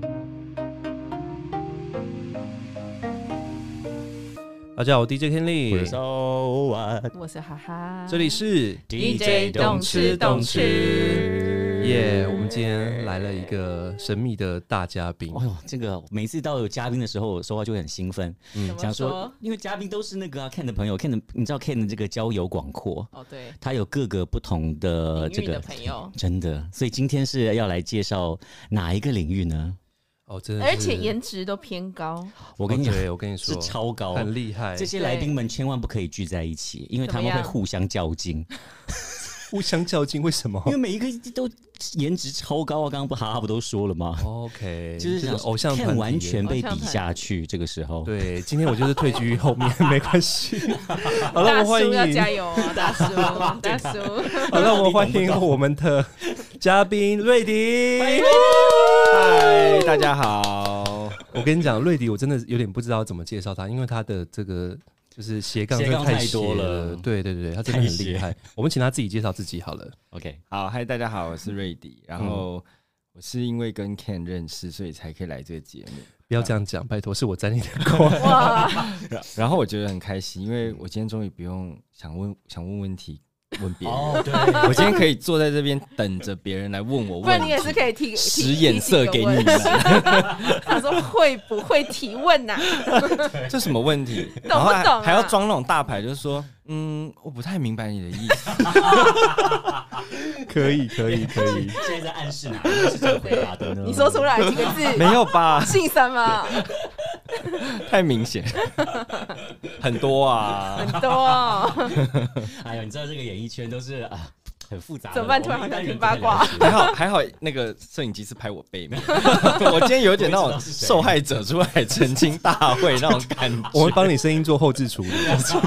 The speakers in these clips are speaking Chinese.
大啊家好，我 DJ Kenny，手腕我是哈哈，这里是 DJ 动吃动吃耶我们今天来了一个神秘的大嘉宾，哎呦，这个每次到有嘉宾的时候，我说话就会很兴奋，怎么想说，因为嘉宾都是那个、啊、Ken 的朋友，Ken 的，你知道 Ken 的这个交友广阔，哦，对，他有各个不同的领呃这域的个，朋友，真的，所以今天是要来介绍哪一个领域呢？哦，真的是，而且颜值都偏高，我跟你讲哦，对我跟你 是说，超高，哦很厉害，这些来宾们千万不可以聚在一起，因为他们怎么会样互相 较劲，互相较劲，为什 么因为每一个都 颜值超高啊！刚刚不哈哈不都说了吗？哦？OK，就是这个想偶像团看体完全被偶像比团体下去，这个时候，对，今天我就是退居于后面，没关系。好了，我大们欢叔要迎加油哦，大叔，大叔， 好了，我们欢迎我们的嘉宾瑞迪。嗨，大家好。 我跟你讲，瑞迪，我真的有点不知道怎么介绍他，因为他的这个就是斜杠真的太斜斜杠太多了。了对对对，他真的很厉害。我们请他自己介绍自己好了。 OK，好，嗨，大家好，我是瑞迪。然嗯后我是因为跟 Ken 认识，所以才可以来这个节 目。不要这样讲，拜托，是我沾你的光。哇，然后我觉得很开心，因嗯为我今天终于不用想问想问问题问别人，哦哦 对， 我今天可以坐在这边等着别人来问我不问然题。你也是可以提使眼色给提你。几个问 们，他说会不会提问啊呐？ 这什么问题？ 懂懂不懂啊还要装那种大牌，就是说，嗯，我不太明白你的意 思。可以，可以，可以。现在在暗示哪一个是这样回答的呢？ 你说出来几个没字，有吧？ 姓什么？太明显， 很多啊。很多哦，哎呦，你知道这个演艺圈都是啊，很复杂的。怎么办我们一般突然人听八卦不太了解？还好还 好，那个摄影机是拍我背面， 我今天有点那我也不知道种是谁受害者出来澄清大会那种感觉。我会帮你声音做后置 处理。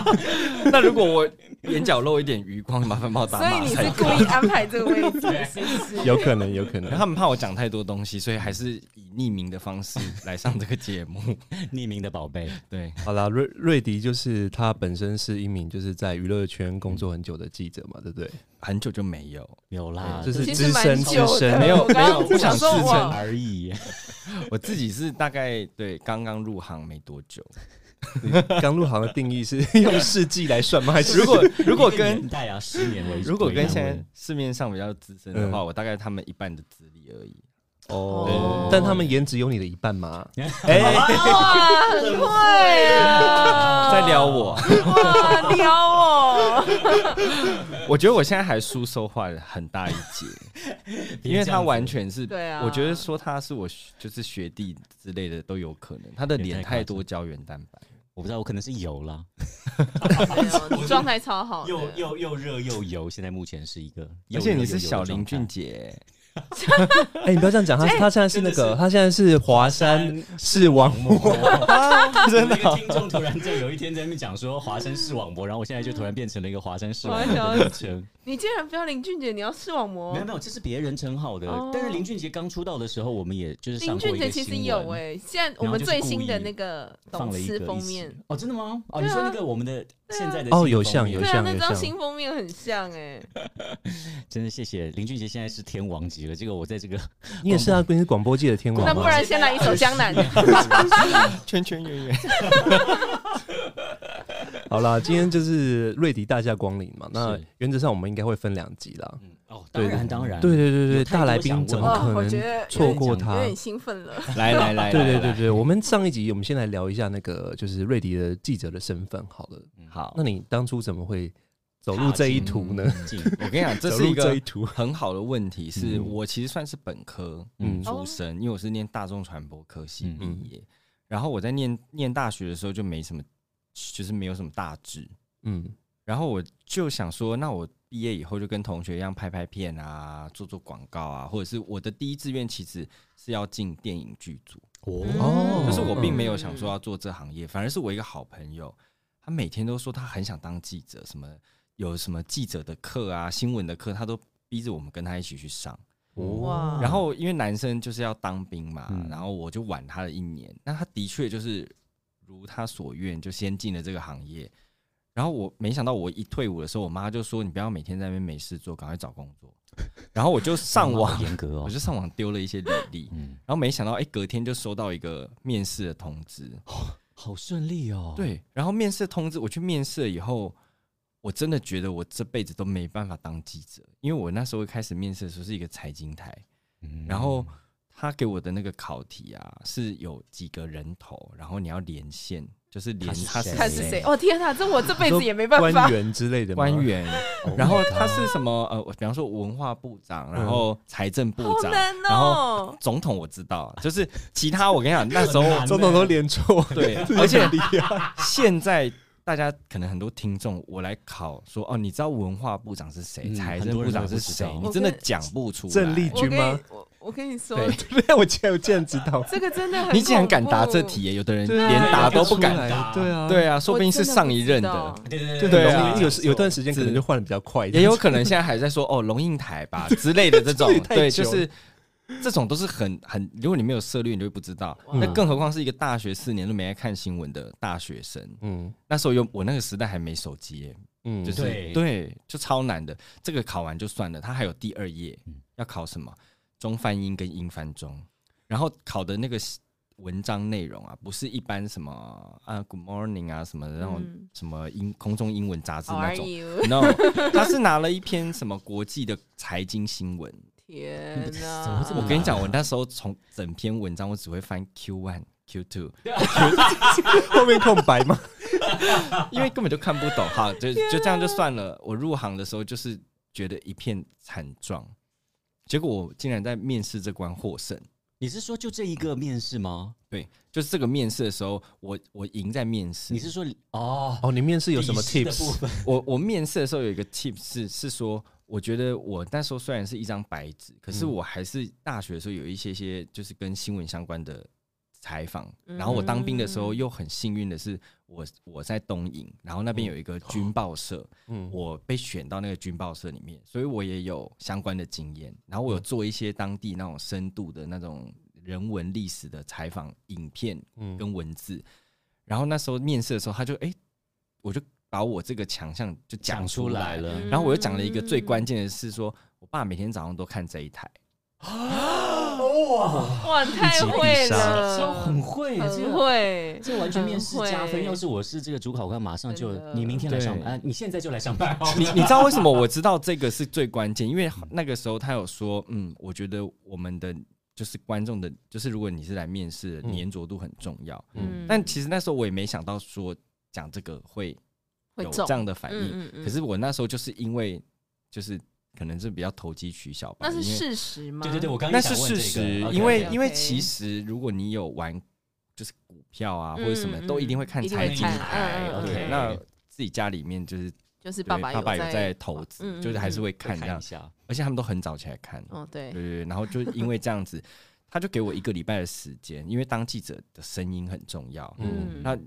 那如果我眼角露一点余光，麻烦帮我打所以马你赛是克。故意安排这个位置，是不是？有可能，有可然后能。他们怕我讲太多东西，所以还是以匿名的方式来上这个节目。 匿名的宝贝，对，好啦，瑞瑞迪就是他本身是一名就是在娱乐圈工作很久的记者嘛，对不 对？很久就没有，有啦，就就是是其实资蛮深久资深，的没有我刚刚没有不想想说自称哇而 已。我自己是大概对刚刚入行没多久。刚入行的定义是用世纪来算吗？还是如果如 果一个 跟年代啊，十年为啊如果跟现在为市面上比较资深的话，我大概他们一半的资历而已。哦？但他们颜值有你的一半 吗？哇，很会啊！在撩我。哇，撩哦！ 我觉得我现在还输说话很大一截， 因为他完全是，对啊我觉得说他是我学就是学弟之类的都有可能，他的脸太多胶原蛋白，我不知道，我可能是有啦，没有你 状态超好的，又又又热又油，现在目前是一个。而且你是小林俊杰，杰，哎、你不要这样讲，他他现在是那真的个，是他现在是华山市王 魔，真的一个听众突然就有一天在那边讲说华山视网膜，然后我现在就突然变成了一个华山视网膜的名称。你竟然不要林俊杰，你要视网膜没有？没有，这是别人称号的。哦但是林俊杰刚出道的时候，我们也就是上林过俊一个杰其实新有闻哎，现在我们最新的那个放董了一事个封一起面，哦，真的吗？哦，对啊你说那个我们的现在的哦新有封像面有对像啊，那张新封面很像哎，真的谢谢林俊杰，现在是天王级了。这个我在这 个你也是啊，跟你是广播界的天王那嘛。不然先来一首《江南》，圈圈圆圆，好啦，今天就是瑞迪大驾光临嘛。那是原则上我们应该会分两集啦。嗯哦，当然当然，对对对对，有太大多来宾怎想问么了可哦我觉得能有错过有他？点兴奋了。来来来，对对来对，对，我们上一集我们先来聊一下那个就是瑞迪的记者的身份好了。来好那，你当初怎么会嗯走入这一途呢？进我跟你嗯讲，这 走是入一这一个途，很好的问题，是嗯我其实算是本科，嗯出身，因为我是念大众传播科系毕嗯业，然后我在念念大学的时候就没什么，就是没有什么大志，嗯，然后我就想说，那我毕业以后就跟同学一样拍拍片啊，做做广告啊，或者是我的第一志愿其实是要进电影剧组，哦，哦嗯就是我并没有想说要做这行业，反而是我一个好朋友，他每天都说他很想当记者，什么有什么记者的课啊、新闻的课，他都逼着我们跟他一起去上。哇然后因为男生就是要当兵嘛，嗯然后我就晚他了一年。那他的确就是如他所愿，就先进了这个行业。然后我没想到，我一退伍的时候，我妈就说：“你不要每天在那边没事做，赶快找工作。” 然后我就上好 网，严格我哦就，上网丢了一些履历，嗯，然后没想到，哎、隔天就收到一个面试的通知。好顺利哦。，对，然后面试通知我去面试了以后，我真的觉得我这辈子都没办法当记者，因为我那时候开始面试的时候是一个财经台，然后他给我的那个考题啊是有几个人头，然后你要连线，就是连他他是是看是谁？哦天哪，这我这辈子也没办法官。员之类的吗官，员，哦然后他是什么呃，比方说文化部长，然后财政部好长，难然后哦！总统我知道，就是其他我跟你讲那时候 很难总统都连错， 对，而且现在大家可能很多听众，我来考说哦，你知道文化部长是谁，嗯财政部长是谁很多人都不知道？你真的讲不出来。郑丽我君跟你吗？我我跟你说，对，对，我竟然我竟然知道，这个真的很你竟然敢恐答怖这题，耶，有的人对啊连答都不出敢来答。答对啊，对啊，说我不定真是的不上一知任道 的，对对就对对很啊容易有时有段时间可能是就换的比较快一点，也有可能现在还在说哦，龙应台 吧之类的这种这也，太对，久就是这种都是很很，如果你没有涉猎，你就会不知道。嗯那更何况是一个大学四年都没在看新闻的大学生，嗯那时候有我那个时代还没手机耶，嗯，就是对就超难的。这个考完就算了，他还有第二页嗯要考什么中翻英跟英翻中，然后考的那个文章内容啊，不是一般什么啊 Good Morning 啊什么的那种、嗯什么英空中英文杂志 How 那 are 种。 you？ No，他是拿了一篇什么国际的财经新闻。天怎么哪！这么我跟你讲，我那时候从整篇文章我只会翻 Q one、Q two，后面空白吗？因为根本就看不懂，好，就就这样就算了。我入行的时候就是觉得一片惨状，结果我竟然在面试这关获胜。你是说就这一个面试吗？对，就是这个面试的时候，我我赢在面试。你是说哦， 哦，你面试有什么笔试的 tips？部分我我面试的时候有一个 tip 是是说，我觉得我那时候虽然是一张白纸，可是嗯我还是大学的时候有一些些就是跟新闻相关的采访。嗯然后我当兵的时候又很幸运的是我，我在东营，然后那边有一个军报社，嗯，我被选到那个军报社里面，所以我也有相关的经验。然后我有做一些当地那种深度的那种人文历史的采访影片嗯跟文字。然后那时候面试的时候，他就哎、诶我就把我这个强项就讲讲出出来来了。了，然后我又讲了一个最嗯关键的是说，我爸每天早上都看这一台，哇，太会这了，很会，这很个会，这完全面试加很分。会要是我是这个主考官，马上就真的你明天来上对班，啊你现在就来上班。你你知道为什么我知道这个是最关键？因为那个时候他有说，嗯，我觉得我们的就是观众的，就是如果你是来面试的，嗯粘着度很重要。嗯但其实那时候我也没想到说讲这个会会有中这样的反应，嗯嗯可是我那时候就是因为就是可能是比较投机取巧吧，那是因为事实吗？对对对，我刚刚那也是想问事这实，个 OK，因为 OK，OK 因为其实如果你有玩就是股票啊或者什么，嗯都一定会看一定财会经看台嗯嗯嗯哎，OK，嗯那自己家里面就是就是对爸爸爸爸有在在，投资，嗯嗯就是还是会看这看样一，下，而且他们都很早起来看，哦对对，对对，然后就因为这样子，他就给我一个礼拜的时间，因为当记者的声音很重要，嗯那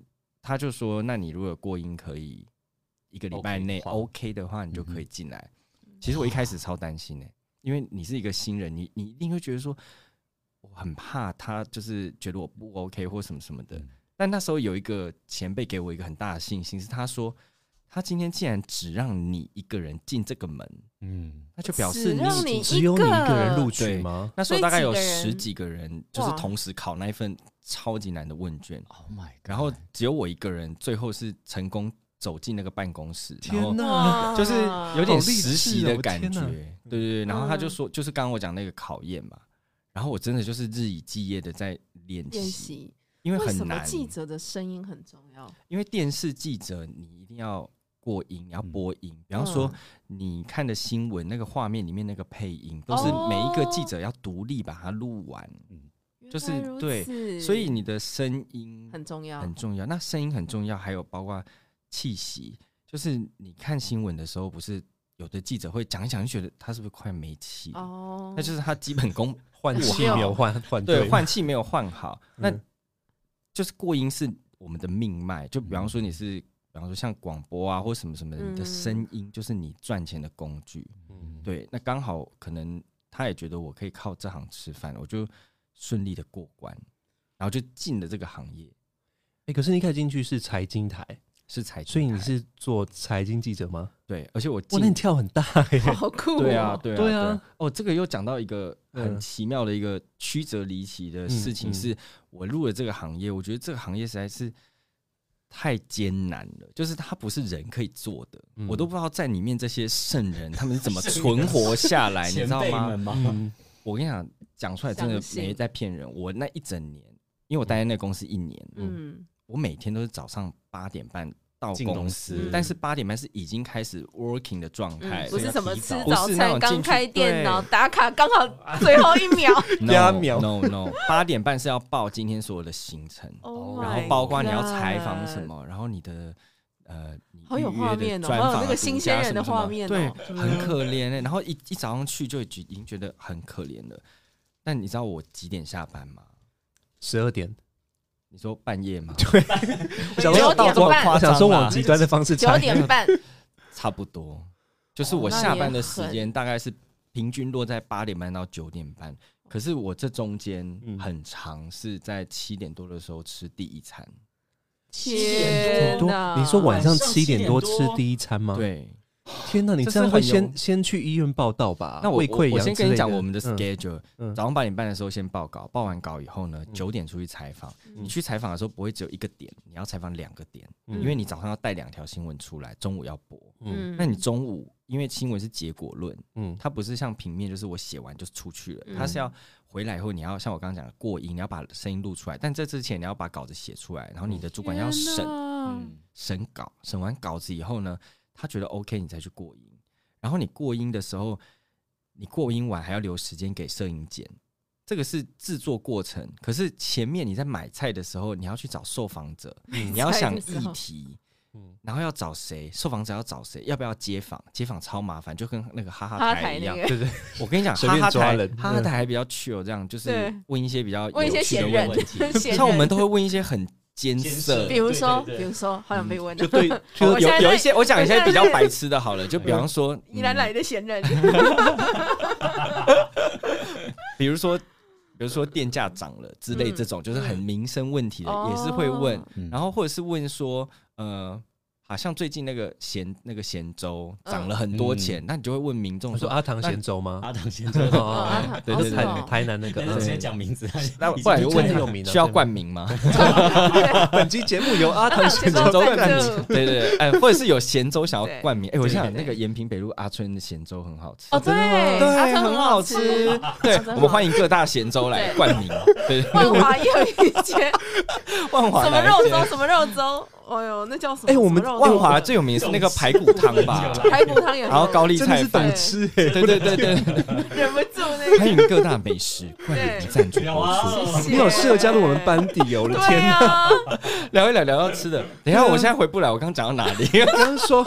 他就说，那你如果过音可以一个礼拜内 OK 嗯的话 OK 的话，你就可以进来。其实我一开始超担心呢、因为你是一个新人，你你一定会觉得说，我很怕他就是觉得我不 OK 或什么什么的嗯。但那时候有一个前辈给我一个很大的信心，是他说，他今天既然只让你一个人进这个门，嗯，那就表只示你让已经你只有你一个人录一取吗？那时候大概有所以几个人十几个人，就是哇同时考那一份超级难的问卷。 Oh my，God 然后只有我一个人，最后是成功走进那个办公室，然后天哪！哇就是有点好励志哦实习的感觉，天哪嗯对对对。然后他就说，就是刚刚我讲那个考验嘛，然后我真的就是日以继夜的在练习，练习，因为为很什么难，记者的声音很重要？因为电视记者你一定要过音，你要播音，嗯比方说你看的新闻那个画面里面那个配音，都是哦每一个记者要独立把它录完，嗯就是原来如对此所以你的声音很重要，很重要。那声音很重要，还有包括气息，就是你看新闻的时候，不是有的记者会讲一讲，就觉得他是不是快没气了？哦，那就是他基本功换气没有换换对换气没有换好，那嗯就是过音是我们的命脉。就比方说你是，比方说像广播啊或什么什么的，你的嗯声音就是你赚钱的工具。嗯对，那刚好可能他也觉得我可以靠这行吃饭，我就顺利的过关，然后就进了这个行业，哎，可是你一开始进去是财经台，是财经台。所以你是做财经记者吗？对，而且我哇，进那你跳很大耶！ 好酷，哦对啊，，对对啊，对啊啊。哦，这个又讲到一个很嗯奇妙的一个曲折离奇的事嗯情，嗯是我入了这个行业，我觉得这个行业实在是太艰难了，就是它不是人可以做的，我都不知道在里面这些圣人他们是怎么存活 下来，你知前道辈吗们？吗？ 嗯，我跟你讲，讲出来真的相信没在骗人。我那一整年，因为我待在那公司一年，嗯，我每天都是早上八点半到进公公司，司但是八点半是已经开始 working 的状态嗯，所不以是要什么提吃早早不是那餐种刚进去开电对脑打卡，刚 好最后一秒。压 no 秒 no no，八点半是要报今天所有的 行程， Oh 然 my 后包括你要采访什 Oh God，么，然后你的呃，你好有预约画的面哦，专好有访那啊个新鲜人的画，面对哦，独家什么什么很可怜欸。然后一一早上去就已经觉得很可怜了。但你知道我几点下班吗？十二点，你说半夜吗？想九说点往半想说往极端的方式 九猜，点半，差不多，就是哦我那下也班的时很间大概是平均落在八点半到九点半。可是我这中间嗯很长，是在七点多的时候吃第一餐。天多哪！你说晚上七点点多多吃第一餐吗？，对，天哪，你这这样是会很先勇先去医院报道吧？那我胃溃我疡我先跟之你类讲我们的嗯 schedule，、嗯早上八点半的时候先报告，报完稿以后呢，嗯九点出去采访。嗯你去采访的时候不会只有一个点，你要采访两个点，嗯因为你早上要带两条新闻出来，中午要播。嗯那你中午因为新闻是结果论，嗯它不是像平面，就是我写完就出去了，嗯它是要回来以后，你要像我刚刚讲的过音，你要把声音录出来，但这之前你要把稿子写出来，然后你的主管要审天，哪嗯，审稿，审完稿子以后呢，他觉得 OK，你再去过音，然后你过音的时候，你过音完还要留时间给摄影剪。这个是制作过程，可是前面你在买菜的时候，你要去找受访者，你要菜的想时议候题， 嗯然后要找谁，受访者要找谁，要不要接访？接访超麻烦，就跟那个哈哈哈台台一那样。个，我跟你讲，随哈便哈抓台人哈哈台还比较 chill，这样就是对问一些比较问一些有趣的闲问人题，题， 闲像我人们都会问一些很艰艰涩涩。比如说，对对对比如说，好嗯想被问就的， 对，有就嗯我现在有在有一些，我讲一些比较我现在在白痴的，好了，就比 方说，宜兰来的闲人，嗯比如说，比如说电价涨了之类嗯这种，就是很民生问题的，哦也是会问。嗯然后或者是问说，呃，好像最近那个咸那个咸粥嗯涨了很多钱，那你就会问民 众我说啊说，阿唐咸粥吗？啊阿唐先生， 哦哦阿唐对，哦就是是台哦台南那个但是嗯直接讲名字，那已经不然就问很他有名的需要对冠名吗？ 本期节目由阿唐唐咸咸粥粥赞赞助助。对对对，哎，或者是有咸粥想要冠名，哎，我对想对那个延平北路阿春的咸粥很好吃，哦，对，阿对，昌很好吃，对阿春我好们欢迎各大咸粥来对冠名，对，对万华也有一间万华什么来肉一间粥，什么肉粥，哎呦，那叫什么？哎我们什么肉万粥华最有名是那个排骨汤吧， 排骨汤也是，然后高丽 真的菜是饭懂饭吃哎、对对对对，忍不住那欢个，迎各大美食冠名 对赞助播哇出。哦，谢你好适合加入我们班底哦！我的对啊天哪，呀，聊一聊聊到吃的，等一啊下，我现在回不来，我刚讲到哪 里？刚刚说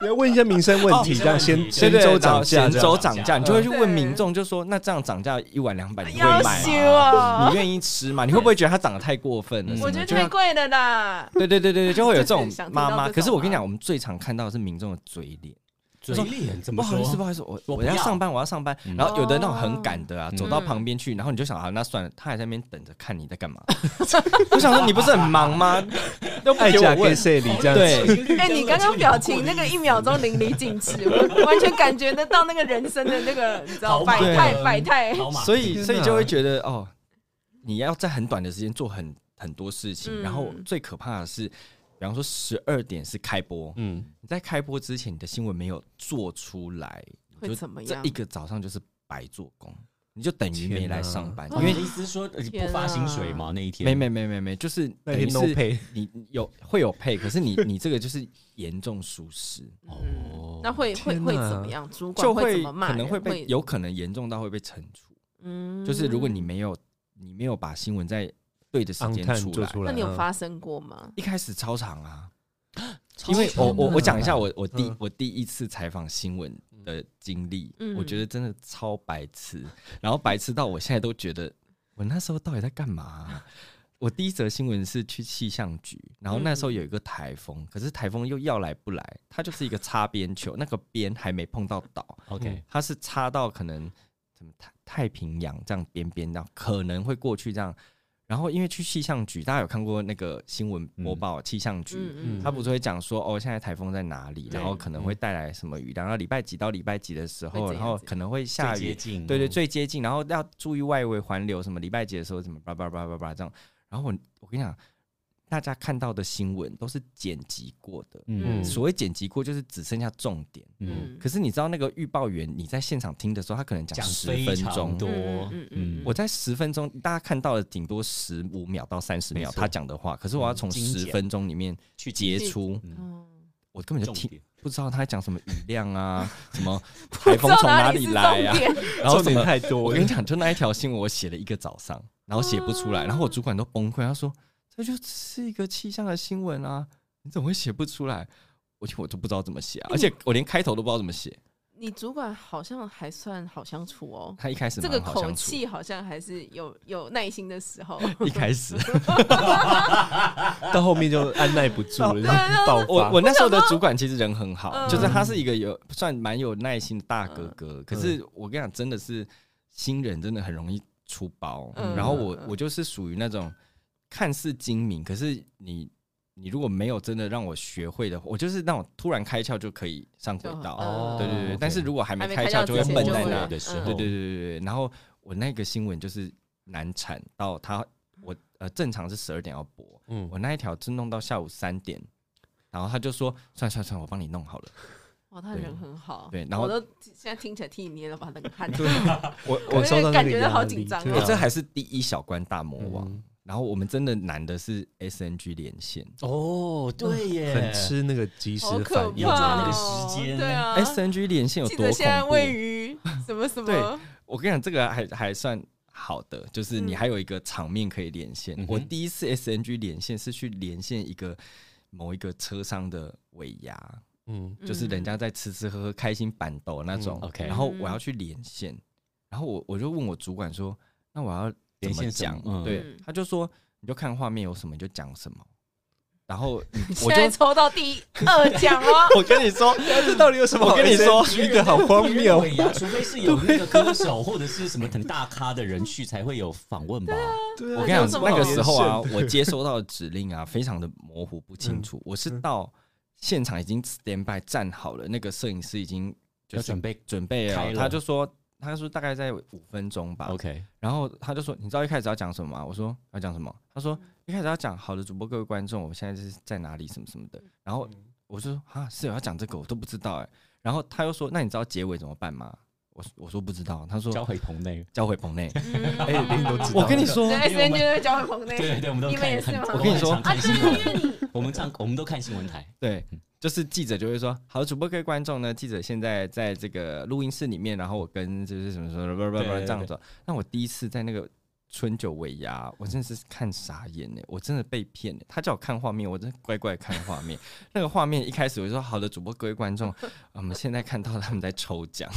你要问一下民生 问题，哦这样先民生先对对州然涨后价咸这粥样。涨价，你就会去问民众，就说那这样涨价一碗两百，你要修会买吗？啊你！愿意吃吗？你会不会觉得它涨得太过分了？嗯什么我觉得就太要贵了啦，对对对对对，就会有这种 就是想听到妈妈。这种可是我跟你啊讲，我们最常看到的是民众的嘴脸，嘴脸怎不么好说意思，不？好意思，我我不我要要上班，我要上班。嗯然后有的那种很赶的啊，嗯走到旁边去，然后你就想啊，那算了，他还在那边等着看你在干嘛。 我想说你不是很忙吗？都不爱给我嫁给问。谁？你这样对子，哎、你刚刚表情那个一秒钟淋漓尽 致，我完全感觉得到那个人生的那个，你知道好百对态百态。 所所天以哪所以就会觉得哦，你要在很短的时间做很很多事情，嗯然后最可怕的是，比方说十二点是开播，嗯，你在开播之前你的新闻没有做出来，会怎么这样一？个早上就是白做工，你就等于没来上班，天因因为为你意思是说呃不发薪水吗？那一天没没没没没，就是那等于天 no 是 pay，你有会有配，可是你你这个就是严重疏 失，哦，嗯那会会天哪会怎么样？主管就怎会么骂可人？能会被有可能严重到会被惩处。嗯就是如果你没有你没有把新闻在对的时昂间探出做来，出来，那你有嗯发生过吗？一开始超长啊，超因为我我我长讲一的下我我第嗯我第一次采访新闻的经历嗯，我觉得真的超白痴，然后白痴到我现在都觉得我那时候到底在干嘛啊？我第一则新闻是去气象局，然后那嗯时候有一个台风，可是台风又要来不来，它就是一个擦边球，那个边还没碰到岛， OK，它是插到可能什么太太平洋这样边边这样可能会过去这样。然后因为去气象局，大家有看过那个新闻播报，气象局嗯嗯，他不是会讲说哦，现在台风在哪里，对然后可能会嗯带来什么雨量，然后礼拜几到礼拜几的时会候，这然样后子可能会最下接雨，近哦，对对，最接近，然后要注意外围环流，什么礼拜几的时候怎么叭叭叭叭叭这样。然后我我跟你讲，大家看到的新闻都是剪辑过的。嗯所谓剪辑过，就是只剩下重点。嗯，可是你知道那个预报员，你在现场听的时候，他可能讲讲十非分常钟，多，嗯嗯嗯我在十分钟，大家看到的顶多十五秒到三十秒没错他讲的话，可是我要从嗯精简十分钟里面去截出，嗯嗯，我根本就重听点。不知道他在讲什么雨量 啊，什么台风从哪里来啊不知道哪， 里是重点？然后什重么点太多了，我跟你讲，就那一条新闻，我写了一个早上，然后写不出来，然后我主管都崩溃，他说这就是一个气象的新闻啊，你怎么会写不出来？我就我都不知道怎么写、啊，嗯而且我连开头都不知道怎么写。你主管好像还算好相处哦，他一开始这个蛮好口相处，气好像还是有有耐心的时候。 一开始到后面就按耐不住 了，就啊爆发。我我那时候的主管其实人很好，嗯就是他是一个有算蛮有耐心的大哥哥，可是我跟你讲，真的是新人真的很容易出包，嗯然后我嗯我就是属于那种看似精明，可是你。你如果没有真的让我学会的话，我就是那种突然开窍就可以上轨就道，哦对对对。 OK 但是如果还没还没开开窍窍，就会啊之前笨就在会嗯那。的时候，对对对对对。然后我那个新闻就是难产到他，我呃正常是十二点要播，嗯我那一条是弄到下午三点，然后他就说：“算算算，我帮你弄好了。哇，他人很好。对然后啊我都现在听起来替你捏了把冷汗。对 我我我受到那个感觉到压好力紧张对哦啊欸这还是第一小关大魔王。嗯然后我们真的难的是 SNG 连线、哦，对耶，很吃那个及时好可反应要怕抓哦！那个时间对啊， s n g 连线哎有记多得现在恐位怖？于什么什么对？我跟你讲，这个还还算好的，就是嗯你还有一个场面可以连线。嗯哼我第一次 SNG 连线是去连线一个某一个车商的尾牙，嗯，就是人家在吃吃喝喝、开心板斗那种。嗯，OK 然后我要去连线，然后我我就问我主管说：“那我要怎连线什讲么？”嗯对嗯，他就说：“你就看画面有什么你就讲什么。” 然后现我在就。抽到第二奖哦 我跟你说，这到底有什么？我跟你说虚的好荒谬。尾牙，啊除非是有那个歌手或者是什么很大咖的人去才会有访问吧。对我啊跟你讲讲什么那个时候啊，我接收到的指令啊，非常的模糊不嗯清楚。我是到现场已经 stand by 站好了，那个摄影师已经就要是准备准备开了，了他就说。他说大概在五分钟吧 OK，然后他就说：“你知道一开始要讲什么吗？”我说：“要讲什么？”他说：“一开始要讲好的主播各位观众，我现在是在哪里，什么什么的。”然后我就说：“啊，是有要讲这个，我都不知道哎。”然后他又说：“那你知道结尾怎么办吗？”我说我说不知道。他说交回棚内。交回棚内。哎，一定都知道。我跟你嗯说，对，S N G 在交换啊棚内。对对对，我们都你们也看是很吗，都我跟你很说啊常看新闻， 我们常我们都看新闻 台。对，就是记者就会说：“好的主播各位观众呢，记者现在在这个录音室里面，然后我跟就是什么什么不不不对对对这样子。”那我第一次在那个。春酒尾牙，我真的是看傻眼呢，我真的被骗了。他叫我看画面，我真的乖乖看画面。那个画面一开始我就说：“好的，主播各位 观众，我们现在看到他们在抽奖。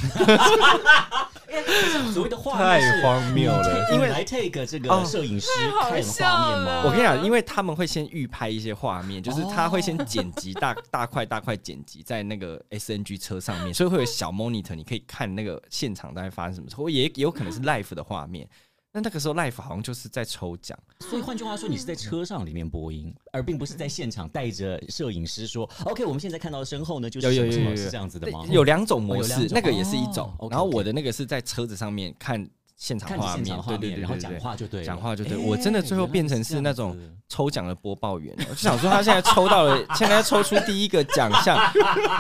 所谓的画面太是荒谬了。因为来 take 这个哦摄影师太好看笑画面了吗？我跟你讲，因为他们会先预拍一些画面，就是他会先剪辑大大块大块剪辑在那个 SNG 车上面，所以会有小 monitor，你可以看那个现场大概发生什么事，或也也有可能是 live 的画面。那那个时候 live 好像就是在抽奖，所以换句话说，你是在车上里面播音，而并不是在现场带着摄影师说，OK，我们现在看到的身后呢，就是有什有么什么有有是有这样子的对吗？有两种模哦有两式，种那个也是一种哦。，OK，OK 然后我的那个是在车子上面看现场看着画现面场，画对对面，对，然后对讲对话就对了。讲话就哎对我真的最后变成是那啊种原来是抽奖的播报员，哦我就想说他现在抽到了， 现在抽出第一个奖项，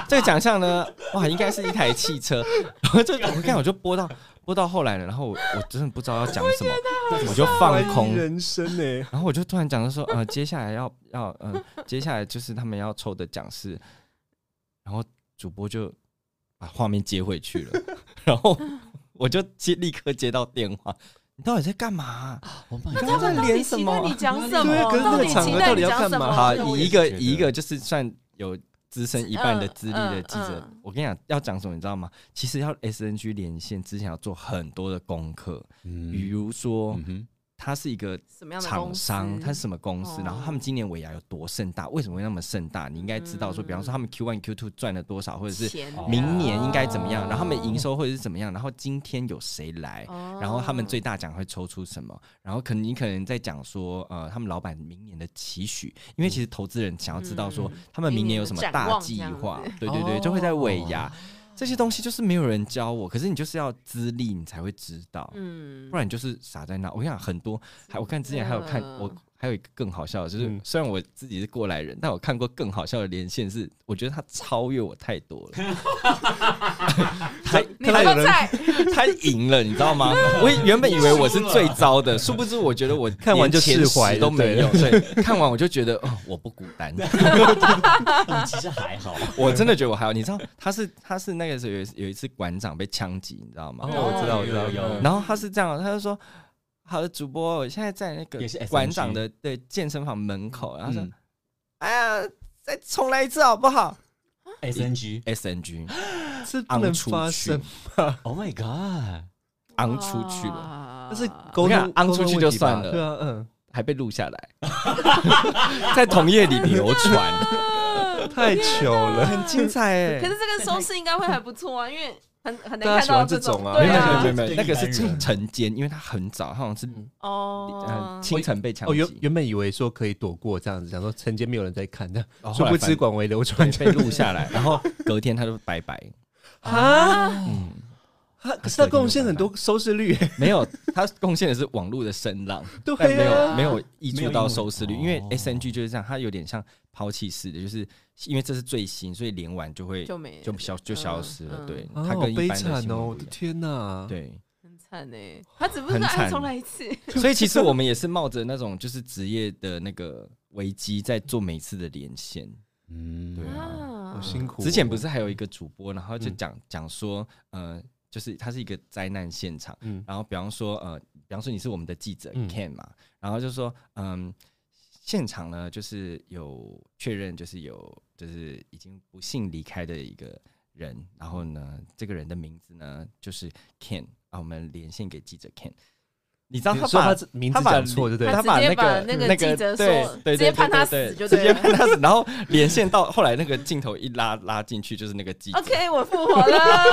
这个奖项呢，哇，应该是一台汽车。 然后就我看我就播到播到后来了，然后我我真的不知道要讲什么，我就放怀疑空。人生欸呢？然后我就突然讲的说，呃，接下来要要，嗯、接下来就是他们要抽的奖是，然后主播就把画面接回去了， 然后我就接立刻接到电话，你到底在干嘛啊、这样子，Oh my 你 God 刚刚在到连底什期待你么？啊讲什对么？可是那个到底场期合待到你底要讲干什嘛么？好，这我以也一个觉得以一个就是算有资深一半的资历的记者，嗯嗯我跟你讲要讲什么，你知道吗？其实要 SNG 连线之前要做很多的功课，比嗯如说、嗯哼它是一个什么样的厂公司商，它是什么公哦司？然后他们今年尾牙有多盛大？为什么会那么盛大？你应该知道嗯说，比方说他们 Q one、Q two 赚了多少，或者是钱啊哦明年应该怎么样，然后他们营收，收会是怎么样，然后今天有谁来，哦然后他们最大奖会抽出什么，然后可能你可能在讲说，呃，他们老板明年的期许，因为其实投资人想要知道说嗯他们明年有什么大计划，对对对，就会在尾牙这些东西就是没有人教我，可是你就是要资历你才会知道，嗯不然你就是傻在那。我跟你讲，很多还我看之前还有看真的我还有一个更好笑的，就是嗯虽然我自己是过来人，但我看过更好笑的连线是，我觉得他超越我太多 了，他你说在他赢了，你知道吗？我原本以为我是最糟的，殊不知我觉得我看完就释怀连前十都没有，就对，看完我就觉得哦，我不孤单， 你嗯其实还好，我真的觉得我还好。你知道他是他是那个时候有一有一次馆长被枪击，你知道吗？哦我知道有我知道有有然后他是这样，他就说：“好的，主播，我现在在那个也是 SNG 馆长的对健身房门口。”然后说嗯：“哎呀，再重来一次好不好 SNG。 ？”SNG 这不能昂出发去生，， Oh my god！昂出去了，，但是我沟跟你通讲昂出去就算沟通问题吧了对啊，嗯。还被录下来， 在同业里流传，太糗了，很精彩哎嗯可是。这个收视应该会还不错啊，因为很很大家难看喜欢到这种种啊没对有没有啊没有，没有对那个是一般人晨间，因为他很早，他好像是呃哦，清晨被枪哦，原击，原本以为说可以躲过这样子，想说曾经没有人在看，但哦殊后来不反知广为流传对被录下来，然后隔天他就拜拜。啊！嗯，啊可是他贡献很多收视率，欸没有，他贡献的是网络的声浪， 对但没有啊没有溢出到收视率，没因有为因为 S N G 就是这样，它有点像抛弃式的，就是因为这是最新，所以连完就会就没就消就消失了。嗯对，啊它好跟一悲般的惨新哦！闻我不的一样天哪，，对，很惨哎，他只不过很是惨哎重来一次，所以其实我们也是冒着那种就是职业的那个危机，在做每次的连线。嗯，对啊好啊辛苦哦。之前不是还有一个主播，然后就嗯讲讲说，呃，就是它是一个灾难现场。嗯然后比方说呃，比方说你是我们的记者嗯 Ken 嘛，然后就说嗯，现场呢就是有确认就是有就是已经不幸离开的一个人，然后呢这个人的名字呢就是 Ken 啊，我们连线给记者 Ken，你知道你他说把他。名他字把讲错，对不对？他把直接个把那那个记者说对对对直接判他对对死就直对接了判他死， 然后连线到后来那个镜头一拉拉进去，就是那个记者。 ，OK，我复活 了，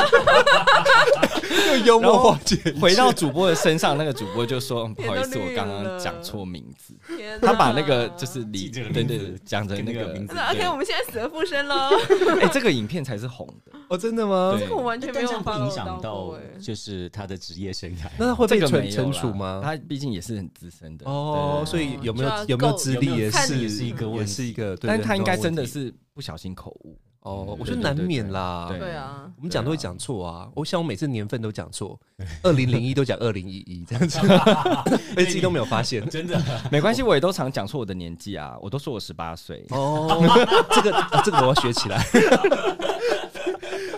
又幽默化解，回到主播的身上，那个主播就说：“嗯不好意思，脸都我绿刚刚了啊讲错名字。” 天哪他把那个就是李记者的对名对字对讲成跟那那个个名字 那 OK，我们现在死而复生喽，哎，这个影片才是红的。 哦，真的吗？对我完全但没这样有不 follow 影响过到哎就是他的职业生涯。那他会这被个惩没有惩啦处吗？他毕竟也是很资深的哦，对所以有没就要有有没有够资历有没有也看是你也是一个问也题是一个，对但是他应该很真重要的问题是不小心口误。哦，我对觉得对难对免对啦。对对啊，我们讲都会讲错啊，我想我每次年份都讲 错，二零零一都讲二零一一这样子，而且自己都没有发现。真的，没关系，我也都常讲错我的年纪啊，我都说我十八岁。哦，这个、啊这个我要学起来。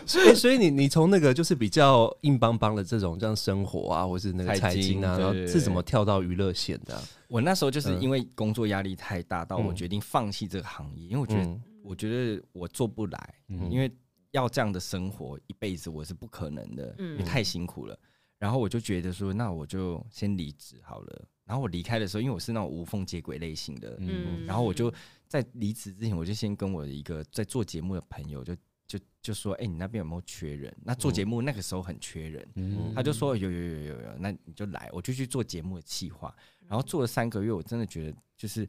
所以，所以你你从那个就是比较硬邦邦的这种这样生活啊，或是那个财财经经啊，对然后对对是怎么跳到娱乐线的啊、我那时候就是嗯因为工作压力太大，到我嗯决定放弃这个行业，因为我觉得嗯我觉得我做不来，嗯因为要这样的生活一辈子我是不可能的，嗯因为太辛苦了。然后我就觉得说，那我就先离职好了。然后我离开的时候，因为我是那种无缝接轨类型的，嗯，然后我就在离职之前，我就先跟我的一个在做节目的朋友就就就说，哎、你那边有没有缺人？那嗯做节目那个时候很缺人，嗯他就说有有有有有，那你就来，我就去做节目的企划。然后做了三个月，我真的觉得就是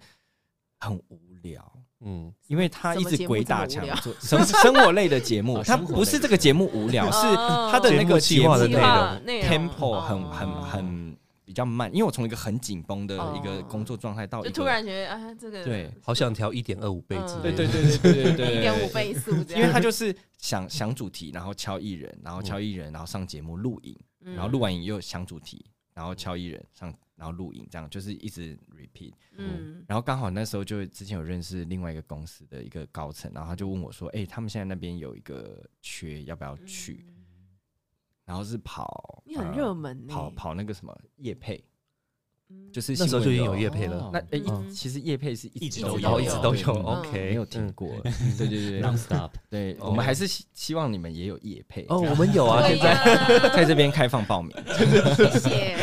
很无聊。嗯，因为他一直鬼打墙什么节目这么无聊做生生活类的节目，哦他生活类的不是这个节目无聊，是哦他的那个节目计划的节内计目容划内 tempo 很哦很很比较慢，因为我从一个很紧绷的一个哦工作状态到一就个突然觉得啊，这个对好想调一点二五倍之类嗯对的。对对对对对对一对点五对，倍速这样，因为他就是想想主题，然后敲艺人，然后敲艺人，然后上节目录影，嗯然后录完影又想主题，然后敲艺人上，然后录影，这样就是一直 repeat。嗯然后刚好那时候就之前有认识另外一个公司的一个高层，然后他就问我说：“哎、他们现在那边有一个缺，要不要去？”然后是跑，嗯你很呃热门呢，跑跑那个什么叶配，嗯就是那时候新就已经闻有业业配了，哦那、哎，一嗯其实叶配是一直直都都有哦，一直都有。对 OK，没有停 过。对对对对 non，stop，对哦我们还是希希望你们也有叶配哦，我们有啊，对现在呀在这边 开放报名。谢谢，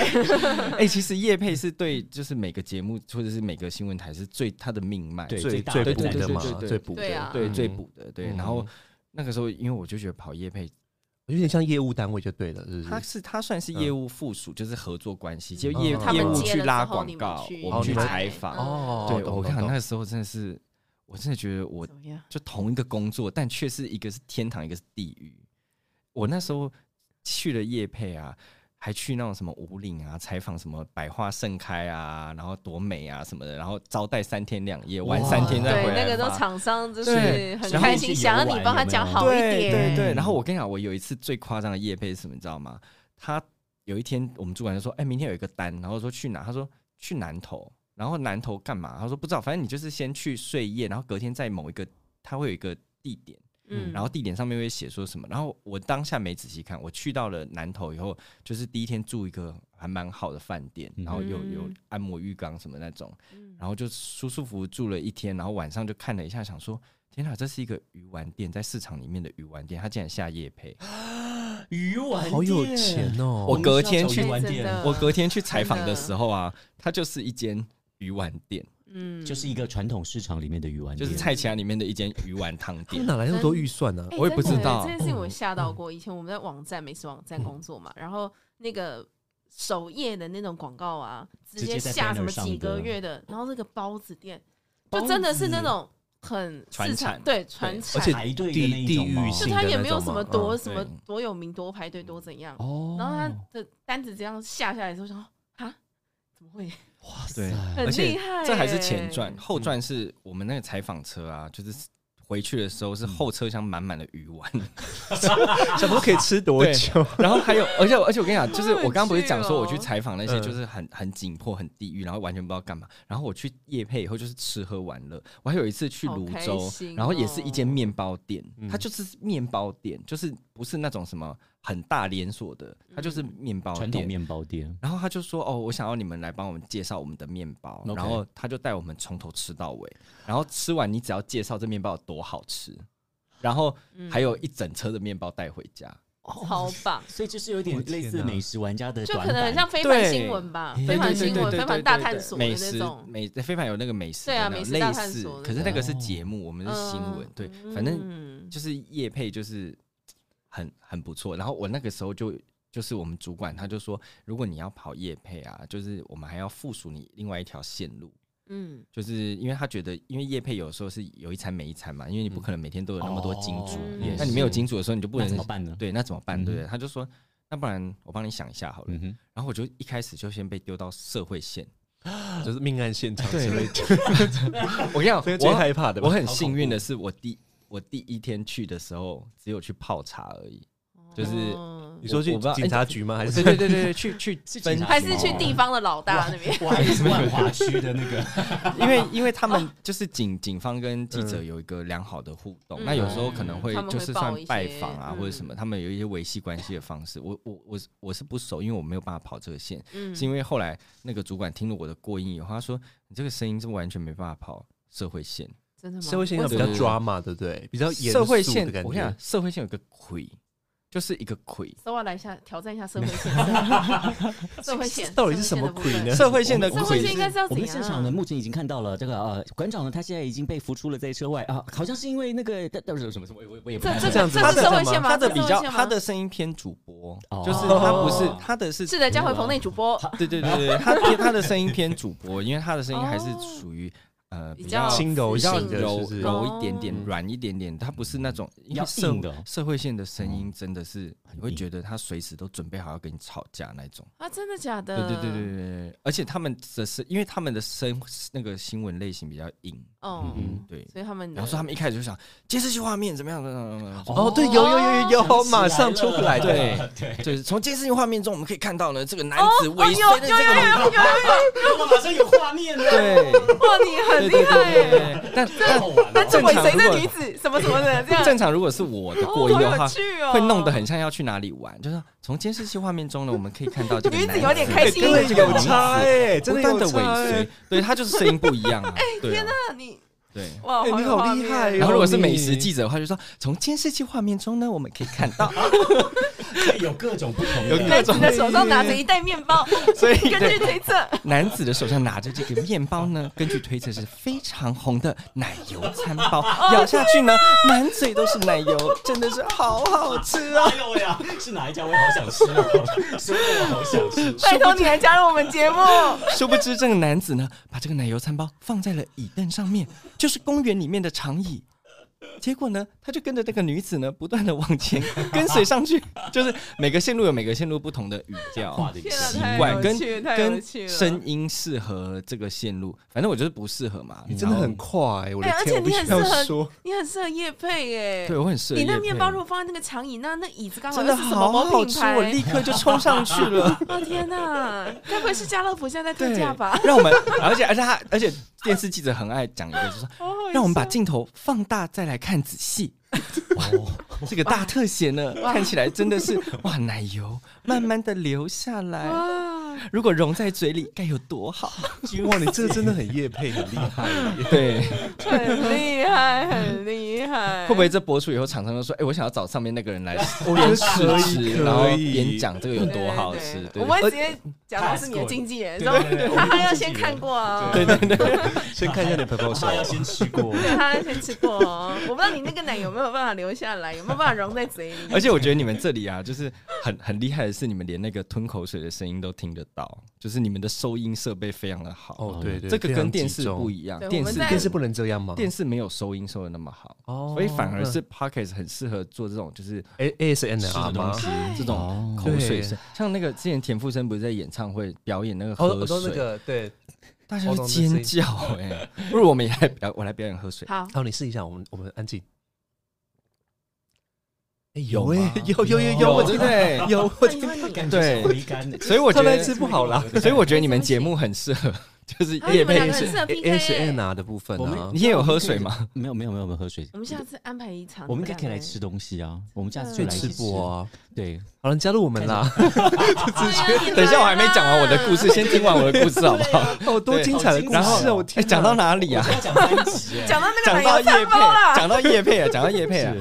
哎、其实叶配是对，就是每个节目或者是每个新闻台是最它的命脉，对最最大最的补的嘛对对，对最补对的，啊对嗯最补的对。嗯然后那个时候，因为我就觉得跑业配，有点像业务单位就对了，是不它是？是它算是业务附属，就是合作关系，就嗯 业他们业务接去了拉之后广你们告，去嗯我们去哦你采访。哦，对，懂我懂看懂那个时候真的是，我真的觉得我怎么样？就同一个工作，但却是一个是天堂，一个是地狱。我那时候去了业配啊，还去那种什么五岭啊，采访什么百花盛开啊，然后多美啊什么的，然后招待三天两夜，玩三天再对回，来那个都发厂商就是对很然后开去心，游想要你玩帮他有没讲有好一对点。对对。嗯然后我跟你讲，我有一次最夸张的夜配是什么，你知道吗？他有一天我们主管就说：“哎、明天有一个单。”然后说去哪？他说去南投。然后南投干嘛？他说不知道，反正你就是先去睡一夜，然后隔天在某一个，他会有一个地点，嗯，然后地点上面会写说什么。然后我当下没仔细看，我去到了南投以后，就是第一天住一个还蛮好的饭店，然后有有嗯按摩浴缸什么那种。嗯然后就舒舒服服住了一天，然后晚上就看了一下，想说天哪，这是一个鱼丸店，在市场里面的鱼丸店，它竟然下夜配。鱼丸好有钱哦！我隔天去鱼丸真店的，我隔天去采访的时候啊，它就是一间鱼丸店，嗯就是一个传统市场里面的鱼丸就店，是菜市场里面的一间鱼丸汤他们店。哪来那么多预算呢、哎我也不真的知道嗯这件事情我吓到过。以前我们在网站美食网站工作嘛，然后那个首页的那种广告啊，直直接在下什么 banner 上几个啊的月的，然后那个包子店包就子真的是那种很传市场产对传产，而且排队的地那一地种吗域就性的他也那没有种什么嘛多嗯什么对多有名多排队多怎样，哦，然后他的单子这样下下来的时候，想啊怎么会对，很而且厉害耶？这还是前传，后传是我们那个采访车啊，就是回去的时候是后车厢满满的鱼丸。想说可以吃多久？然后还有，而且而且我跟你讲，好就是我有刚刚不是趣讲说我去哦采访那些嗯就是很很紧迫、很地狱，然后完全不知道干嘛。然后我去夜配以后就是吃喝玩乐。我还有一次去好泸开州，心然后也是一间哦面包店，它嗯就是面包店，就是不是那种什么很大连锁的，它就是嗯面包传店统。面包店，然后他就说：“哦，我想要你们来帮我们介绍我们的面包。 OK 然后他就带我们从头吃到尾，然后吃完你只要介绍这面包有多好吃，嗯然后 还有一整车的面包带回家。哦超 棒。所以就是有点类似美食玩家的就短可能板很像非凡新闻吧，对非凡啊对对新对闻、对非凡对大对探对索的美那食种。美非凡有那个美食的对啊那种美食大类探似索，的可是那个是节目，我们是新闻嗯，对，反正嗯就是叶配就是很很不错。然后我那个时候就就是我们主管他就说，如果你要跑叶配啊，就是我们还要附属你另外一条线路。嗯，就是因为他觉得，因为叶配有时候是有一餐没一餐嘛，因为你不可能每天都有那么多金主，哦嗯也那你是没有金主的时候，你就不那能怎么办呢？对，那怎么办？对不嗯对？他就说，那不然我帮你想一下好了。嗯哼，然后我就一开始就先被丢到社会线，就是命案现场之对类的， 我跟你讲，这是最我害怕的吧。我很幸运的是，我第我第一天去的时候只有去泡茶而已，就是哦你说去我不知道警察局吗？还对是对对对对，去去是分警察还局是吗去地方的老大那边，我还是万华区的那个， 因为因为他哦们就是警警方跟记者有一个良好的互动，嗯那有时候可能会他们会就是算报一些拜访啊嗯或者什么，他们有一些维系关系的方式。我我我是我是不熟，因为我没有办法跑这个线，嗯是因为后来那个主管听了我的过音以后，他说你这个声音是完全没办法跑社会线。真的吗？社会现象比为较什我么觉得 drama，对不对？比较严肃啊社会线的，感我跟你觉讲，。社会线有个魁，就是一个魁。 稍啊微来一下挑战一下社会线， 社会线到底是什么鬼鬼呢？？社会线的社会线魁应该是要我怎们现场呢，样？啊目前已经看到了这个呃，馆长呢，他现在已经被扶出了在车外啊，好像是因为那个但但是什么什么，我也我也不这太这这个样子这是吗社会线吗？他的这比是社会较，线吗他的声音偏主播，哦就是他不是他的是是的，江回鹏那主播对对对啊 对，他偏他的声音偏主播，因为他的声音还是属于呃比比较较轻柔比哦较型的柔是不是柔一点点哦，软一点点，他不是那种因要为社硬的社会线的哦嗯声音真的是很你会硬觉得他随时都准备好要跟你吵架那种。啊，真的假对的？对对对对对，对而且他们的是因为他们的声那个新闻类型比较硬，哦，嗯对。所以他们然后说他们一开始就想监视器画面怎么样怎么样怎么样，怎么样哦，对，有有有有有，哦马上出来，对 对，就是从监视器画面中我们可以看到呢，这个男子哦尾随有着这有有有个女有有， 我马上有画面了，对，哇，你很对对厉害对耶！对对， 但太好玩但了是正尾常随如着果女子什么什么的这样但。正常如果是我的哦，过音好的有话，趣哦，会弄得很像要去哪里玩，就是从监视器画面中呢，我们可以看到这个女子男哎有点开心跟着这个哎有女子差哎，真的不断有的差尾欸随，对他就是声音不一样哎啊，对啊，那你对。哇，哎你有好画厉面害哎呦然后如果是美你食记者的话，就说从监视器画面中呢，我们可以看到，啊有各种不同 有的各男种哎子的手上拿着一袋面 包，所以根据 对推测， 男子的手上拿着这个面包呢，根据推测是非常红的奶油餐包，咬下去呢，满嘴都是奶油，真的是好好吃啊！哎呦喂呀，是哪一家？我也好想吃哦，所以我好想吃。拜托你来加入我们 节目。殊不知，这个男子呢，把这个奶油餐包放在了椅凳上面，就是公园里面的长椅。结果呢，他就跟着那个女子呢，不断的往 前跟随上去，就是每个线路有每个线路不同的语画调、的天啊习太有惯跟趣太有跟趣了声音适合这个线路，反正我就是不适合嘛。你真的然很后快、欸，我的哎哎而天，且我必你很须适合要 说，你很适合叶配哎、对我很适合你那业面配包如果放在那个长椅，那那椅子刚好真又的是什好么某好品吃，我牌立？刻就冲上 去了。哦天哪， 该不会是家乐福现在在特对价吧？，让我们，而且而且他，而且电视记者很爱讲一个，就 是说好啊好让我们把笑镜头放大再来看 仔细。哇，这个大特写呢，哇看起来真的 是哇，奶油慢慢的流下来，哇，如果融在嘴里该有多好。哇，你这个真的很夜配，很厉害耶。 对， 很厉害，很厉害，会不会这播出以后，厂商就说，哎，我想要找上面那个 人来试我觉得可吃，以，然后可边以。讲这个有对多好对呃吃。对我们会直接假装是你的经纪人，然后他还要先看过啊，对对对，先看一下你的 proposal，他要先吃过。对，他要先吃过哦。我不知道你那个奶有没有办法留下来，有没有办法融在嘴里。而且我觉得你们这里啊，就是很很厉害的是，你们连那个吞口水的声音都听得到，就是你们的收音设备非常的好。哦，对对，这个跟电视不一一样对，电我们视在电视不能这样吗？电视没有收音收的那么好，嗯哦所以反而是 Pockets 很适合做这种就是 A S N 吃 R 的吗东？西对，这种哦口水对声，像那个之前田馥甄不是在演唱会表演那个哦，喝都那水，个对，哦大家我会懂尖叫哎，不如我们也来表我来表演喝水，好，好，你试一下，我们我们安静。哎，有哎吗，有有有欸有有，我对听不对？有，我听换你换你对回甘的，所以我觉看来得吃不好啦。所以我觉得你们节目很适合，就是啊夜你们两个配很是。适合 A S PK N R 欸。哎的部分我啊们。你也有喝水吗？没有没有没有没有喝水，我们下次安排一场，我们应该两可以个来人吃东西啊，我们下次就去来一吃起播啊！对，好了，你加入我们啦！对啊等一下，我还没讲完我的故啊事，先听完我的故事好不好？哦，多对精彩的故然后事啊！我哎天哪，讲到哪里我啊？要讲三集你，讲到那个奶讲油到叶餐配包啦，，讲到叶配啊，讲到叶配啊，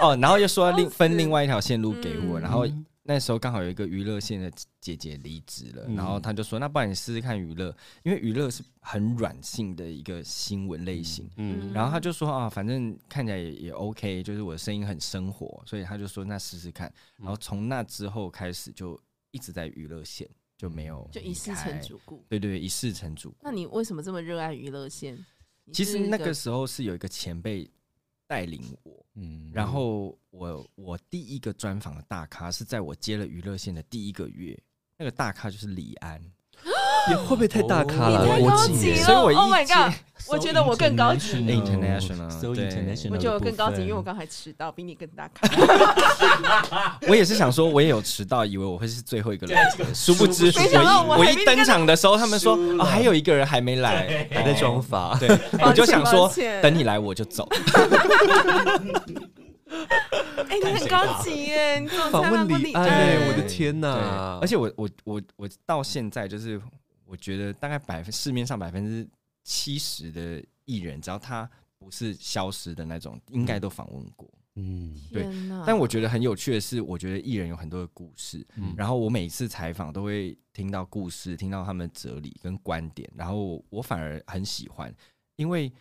哦，然后又说要另笑死分另外一条线路给嗯我，然后那时候刚好有一个娱乐线的姐姐离职了，嗯然后她就说，那不然你试试看娱乐，因为娱乐是很软性的一个新闻类型。嗯，然后她就说啊，反正看起来也也 OK，就是我的声音很生活，所以她就说那试试看。然后从那之后开始就一直在娱乐线，就没有嗯就一世离开成。主顾。对对，对一世成主。那你为什么这么热爱娱乐线？你其是实那个时候是有一个前辈带领我， 嗯然后我我第一个专访的大咖是在我接了娱乐线的第一个月，那个大咖就是李安，也会不会太大咖你了？太国高际级耶了所以我一 Oh my 接 god 我觉得我更高级 international， so 对 international，我觉得我更高级，因为我刚刚才迟到，比你更大咖。啊我也是想说，我也有迟到，以为我会是最后一个对人，这个殊不知没想到我我一我还一没登场的时候，他们说输了哦还有一个人还没来，哦还在装法，对，歉我就想说抱歉等你来我就走，哎，你很高级耶！你怎么访采问访过李安安？哎，哎我的天对，哪！而且我我我我到现在就是我觉得大概百分市面上百分之七十的艺人，只要他不是消失的那种，应该都访问过。嗯对天哪！但我觉得很有趣的是，我觉得艺人有很多的故事，嗯然后我每一次采访都会听到故事，听到他们的哲理跟观点，然后我我反而很喜欢，因为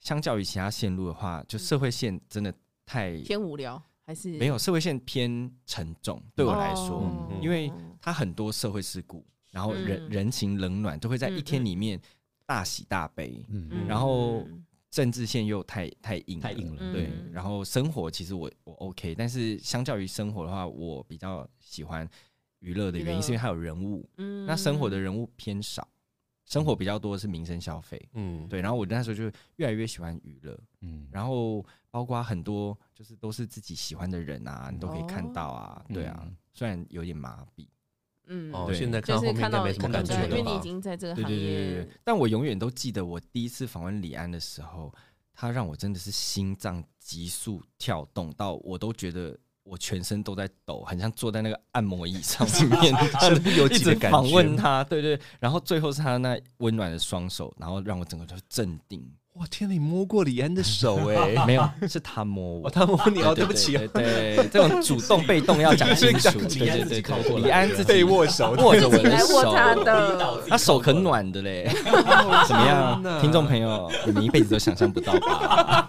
相较于其他线路的话，就社会线真的太偏无聊还是没有社会线偏沉重，对我来说，哦嗯因为它很多社会事故，然后人、嗯人情冷暖都会在嗯一天里面大喜大悲，嗯嗯然后政治线又太太硬太硬了嗯对，嗯然后生活其实我我 OK，但是相较于生活的话，我比较喜欢娱乐的原娱乐因是因为它有人物，嗯那生活的人物偏少，生活比较多的是民生消费，嗯，对，然后我那时候就越来越喜欢娱乐，嗯，然后包括很多就是都是自己喜欢的人啊，你都可以看到啊，哦对啊嗯，虽然有点麻痹。嗯哦，对现在看到就后是面应看该到没什么感觉因为了你已吧？经在这个对行对对对业对，但我永远都记得我第一次访问李安的时候，他让我真的是心脏急速跳动到，我都觉得我全身都在抖，很像坐在那个按摩椅上 面，身不由一己直的感觉。访问他，对对。然后最后是他那温暖的双手，然后让我整个都镇定。哇，天哪，你摸过李安的 手哎？没有，是 他摸哦，我。他摸你哦，对不起哦对，对，对这种主动被动要讲清 楚。对对对对，李安自己被握手握着我自己的来握手，他的，他手很暖的 嘞。怎么样，听众朋友，你们一辈子都想象不到吧？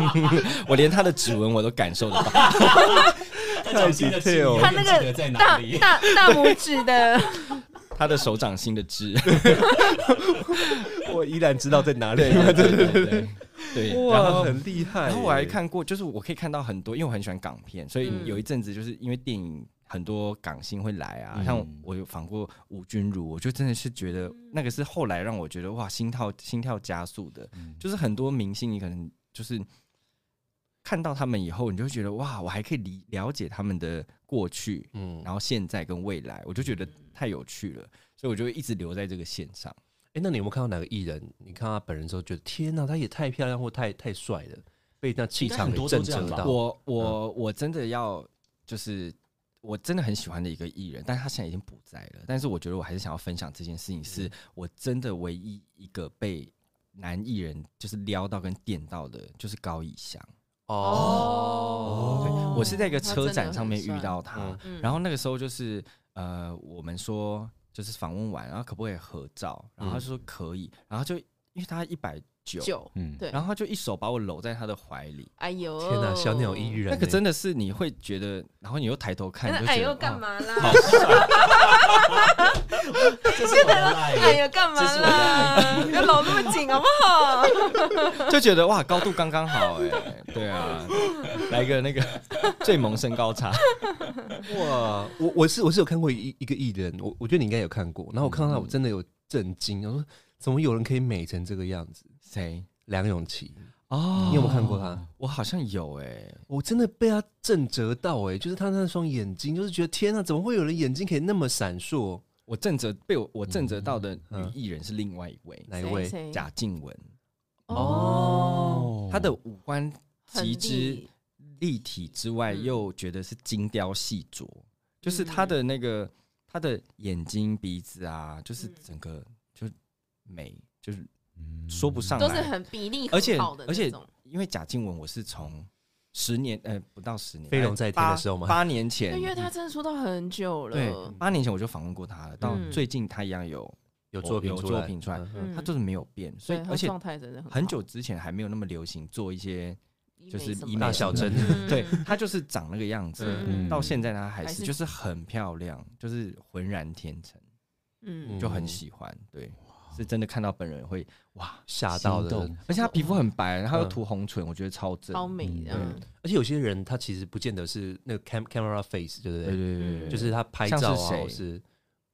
我连他的指纹我都感受得到，太 detail 他了。那记得个在哪大里大大拇指 的，他的手掌心的痣。我依然知道在哪里。对对对对对，对，然哇，后很厉害。然后我还，看过，就是我可以看到很多，因为我很喜欢港片，所以嗯有一阵子就是因为电影很多港星会来啊，嗯像我有访过吴君如，我就真的是觉得那个是后来让我觉得哇，心跳心跳加速的，嗯就是很多明星你可能就是看到他们以后，你就会觉得哇，我还可以理了解他们的过去，嗯，然后现在跟未来，我就觉得太有趣了，所以我就会一直留在这个线上。哎，那你有没有看到哪个艺人？你看他本人之后，觉得天哪，他也太漂亮或太太帅了，被那气场给震慑应该很多都这样吧到。我嗯我我真的要就是我真的很喜欢的一个艺人，但是他现在已经不在了。但是我觉得我还是想要分享这件事嗯情，是我真的唯一一个被男艺人就是撩到跟电到的，就是高以翔。哦对哦我是在一个他车真的展很上面帅遇到他，嗯嗯然后那个时候就是呃，我们说就是访问完，然后可不可以合照？然后他就说可以，然后就因为他一百九，九，嗯，对然后他就一手把我搂在他的怀里。哎呦，天哪，小鸟依人那欸，个真的是你会觉得，然后你又抬头看，哎你就哎觉呦得啊干？哇嘛好啦？帅，这是我的哎 line，呦干嘛这是我的啦？不要搂那么紧好不 好？就觉得哇，高度刚刚好哎、对啊，来个那个 最萌身高差，哇！我我是我是有看过一一个艺人，我我觉得你应该有看过。然后我看到他，我真的有震惊，我说怎么有人可以美成这个样子？谁？梁咏琪，哦你有没有看过他？我好像有哎、我真的被他震折到哎、就是他那双眼睛，就是觉得天啊，怎么会有人眼睛可以那么闪烁？我震折被我我震折到的女艺人是另外一位、哪一位？谁贾静雯，哦，她的五官很极之厉立体之外，嗯又觉得是精雕细琢，就是她的那个她的眼睛、鼻子啊，就是嗯整个就美，就是嗯说不上来，都是很比例而且很好的而且那种，因为贾静雯，我是从十年呃不到十年，飞龙在天的时候吗八八年前因，为他真的出道很久对了，，八年前我就访问过她了。到嗯最近她一样有，有作品有出来，作品出来嗯嗯她就是没有变，所以对他而且状态真的很好久之前还没有那么流行做一些，医就美是什么医的美大小针嗯对她就是长那个样子，嗯到现在她还还是是就是很漂亮，就是浑然天成，嗯，就很喜欢。对，是真的看到本人会哇，吓到心的动。而且她皮肤很白，然后又嗯涂红唇，我觉得超正。超美的，嗯嗯而且有些人他其实不见得是那个 cam camera face，对不对嗯对？对对对，就对是他拍照像是啊，谁或是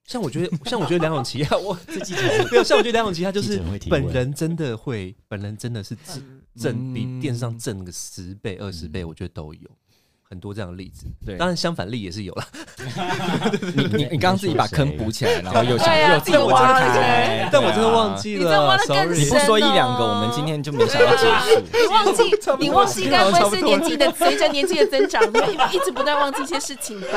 像我觉得，像我觉得梁咏琪啊，我这记者没有，像我觉得梁咏琪她就记是者会提问本人真的会，本人真的是震嗯震比嗯电视上震个十倍二十倍，嗯我觉得都有很多这样的例子。对当然相反例也是有啦，你你你刚刚自己把坑补起来，然后又想对啊又自己自己挖了起开来， 但我真的忘记。记你这挖了得更你，sorry 深。不说一两真个，的哦啊我们今天就没想到结束。你忘记差不多你忘记，该不会是年纪的随着年纪的增长，你一直不断忘记一些事情吧？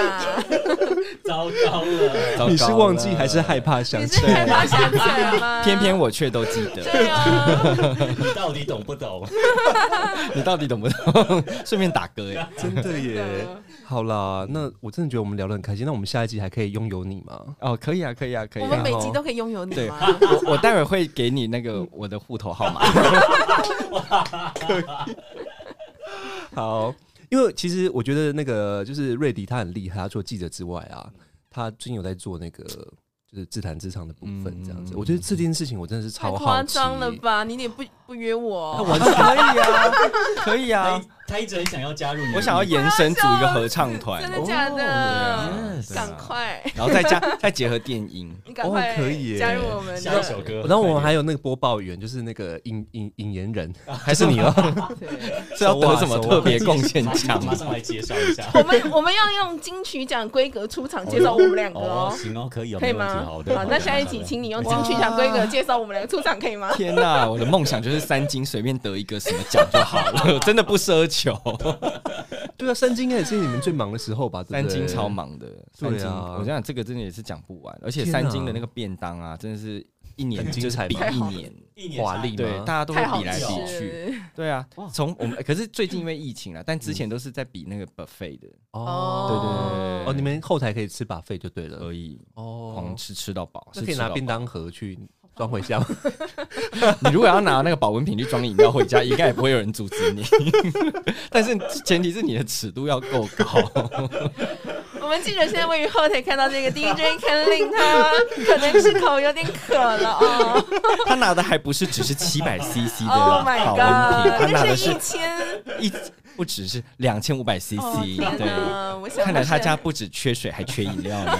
糟糕了，糟糕了你是忘记还是害？怕想你起是来？害怕想起来吗？偏偏我却都记得，对啊，你到底懂不懂？你到底懂不懂？顺便打歌哎，真的 耶！好啦，那我真的觉得我们聊得很开心。那我们下一集还可以拥有你吗？哦，可以啊，可以啊，可以我啊。们每集都可以拥有你对 吗？我我待会儿会给你那个我的户头号码。好，因为其实我觉得那个就是瑞迪他很厉害，他除了记者之外啊，他最近有在做那个就是自弹自唱的部分，这样子。嗯我觉得这件事情我真的是太超夸好奇，张了吧！你也不不约那我，我可以啊，可以他啊一，他一直很想要加入你，我想要延伸组一个合唱团，真的假的？哦 Yes 对啊赶快，然后再加再结合电音。你赶快哦可以耶加入我们下一首的，歌。然后我们还有那个播报员，就是那个引引引言人， 还是你了？对是要得什么特别贡献奖马吗？上来介绍一下。我们我们要用金曲奖规格出场介绍我们两 个哦，哦，行哦，可以哦，可以没问吗？题好的，好的那下一集请你用金曲奖规格介绍我们两个出场，可以 吗？ 天呐，我的梦想就是三金随便得一个什么奖就好了， 我真的不奢求。 对啊，三金应该也是你们最忙的时候吧？对不对三金超，忙的，三金，对啊我想这个真的也是讲不完，而且天啊三金的那个便当啊，真的是一年很精就是彩比吧一年，一年华丽对，吗大？家都会太好比来吃比了去，了。对啊哇，从我们可是最近因为疫情了，但之前都是在比那个 buffet 的，哦对对对哦，你们后台可以吃把费就对了可。以哦狂，吃吃到饱，那是可以吃拿到便饱。当盒去装回家吗。 你如果要拿那个保温瓶去装饮料回家，应该也不会有人阻 止你，但是前提是你的尺度要够高。我我们记者现在位于后台看到这个 DJ Kenlin，他可能是口有点渴了哦。他拿的还不是只是七百 CC 的 Oh my 保温 瓶，他 god，那拿的是是一千。一不只是两千五百 CC，哦天对。哪，我想看来不他是家不止缺水，还缺饮料 呢。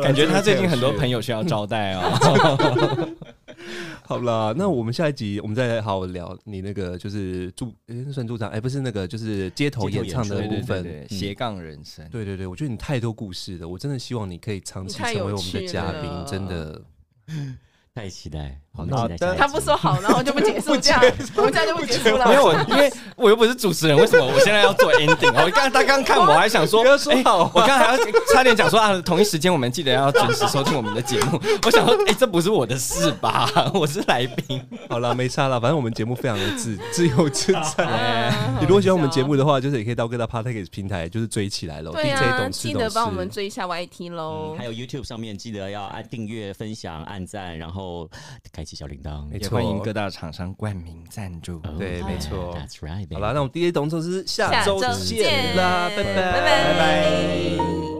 感觉他最近很多朋友需要招待哦。好啦，那我们下一集我们再好好聊你那个就是驻诶那算驻场哎，不是那个就是街头演唱的街头部演分。对嗯斜杠人生。对对对，我觉得你太多故事了，我真的希望你可以长期你太成为有我们的趣嘉宾了，真的。太期待，好我们期待的下一集他不说好，然后就不结束，这样我们这样就不结束了。嗯没有，我因为我又不是主持人，为什么我现在要做 ending？我刚他刚看我还想说，哎要说好我刚才还要差点讲说啊，同一时间我们记得要准时收听我们的节目。 我想说，哎、这不是我的事吧？ 我是来宾。好啦，没差啦，反正我们节目非常的自自由自在。啊，你如果喜欢我们节好目的话，就是也可以到各大 p o d c a s t 平台，就是追起来喽。笑，对 DJ 啊，懂事记懂得事，帮我们追一下 YT 喽嗯还。有 YouTube 上面记得要按订阅、分享、按赞，然后开启小铃铛。没也错欢迎各大厂商冠名赞助。对没错 That's right，好啦，那我们 DJ 懂事是下下周周见啦，拜拜拜拜。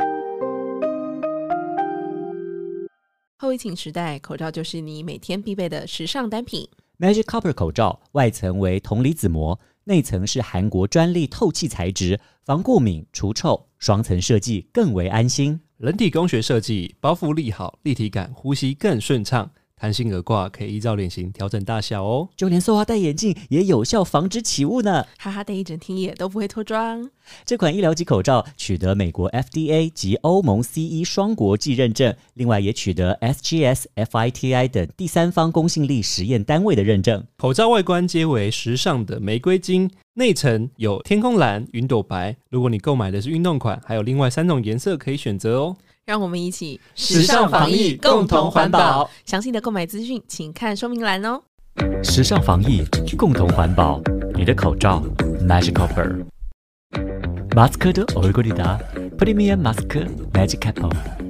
后疫情时代，口罩就是你每天必备的时尚单品。 Magic Copper 口罩外层为铜离子膜，内层是韩国专利透气材质，防过敏、除臭，双层设计更为安心。人体工学设计，包覆力好，立体感，呼吸更顺畅。弹性耳挂可以依照脸型调整大小哦。就连塑化戴眼镜也有效防止起雾呢。哈哈，戴一整天也都不会脱妆。这款医疗级口罩取得美国 FDA 及欧盟 CE 双国际认证，另外也取得 SGS、FITI 等第三方公信力实验单位的认证。口罩外观皆为时尚的玫瑰金，内层有天空蓝、云朵白。如果你购买的是运动款，还有另外三种颜色可以选择哦。让我们一起时尚防疫共同环保。详细的购买资讯，请看说明栏哦。时尚防疫，共同环保。你的口罩，Magic Copper。マスクとオルゴリダ、プレミアムマスク、Magic Apple。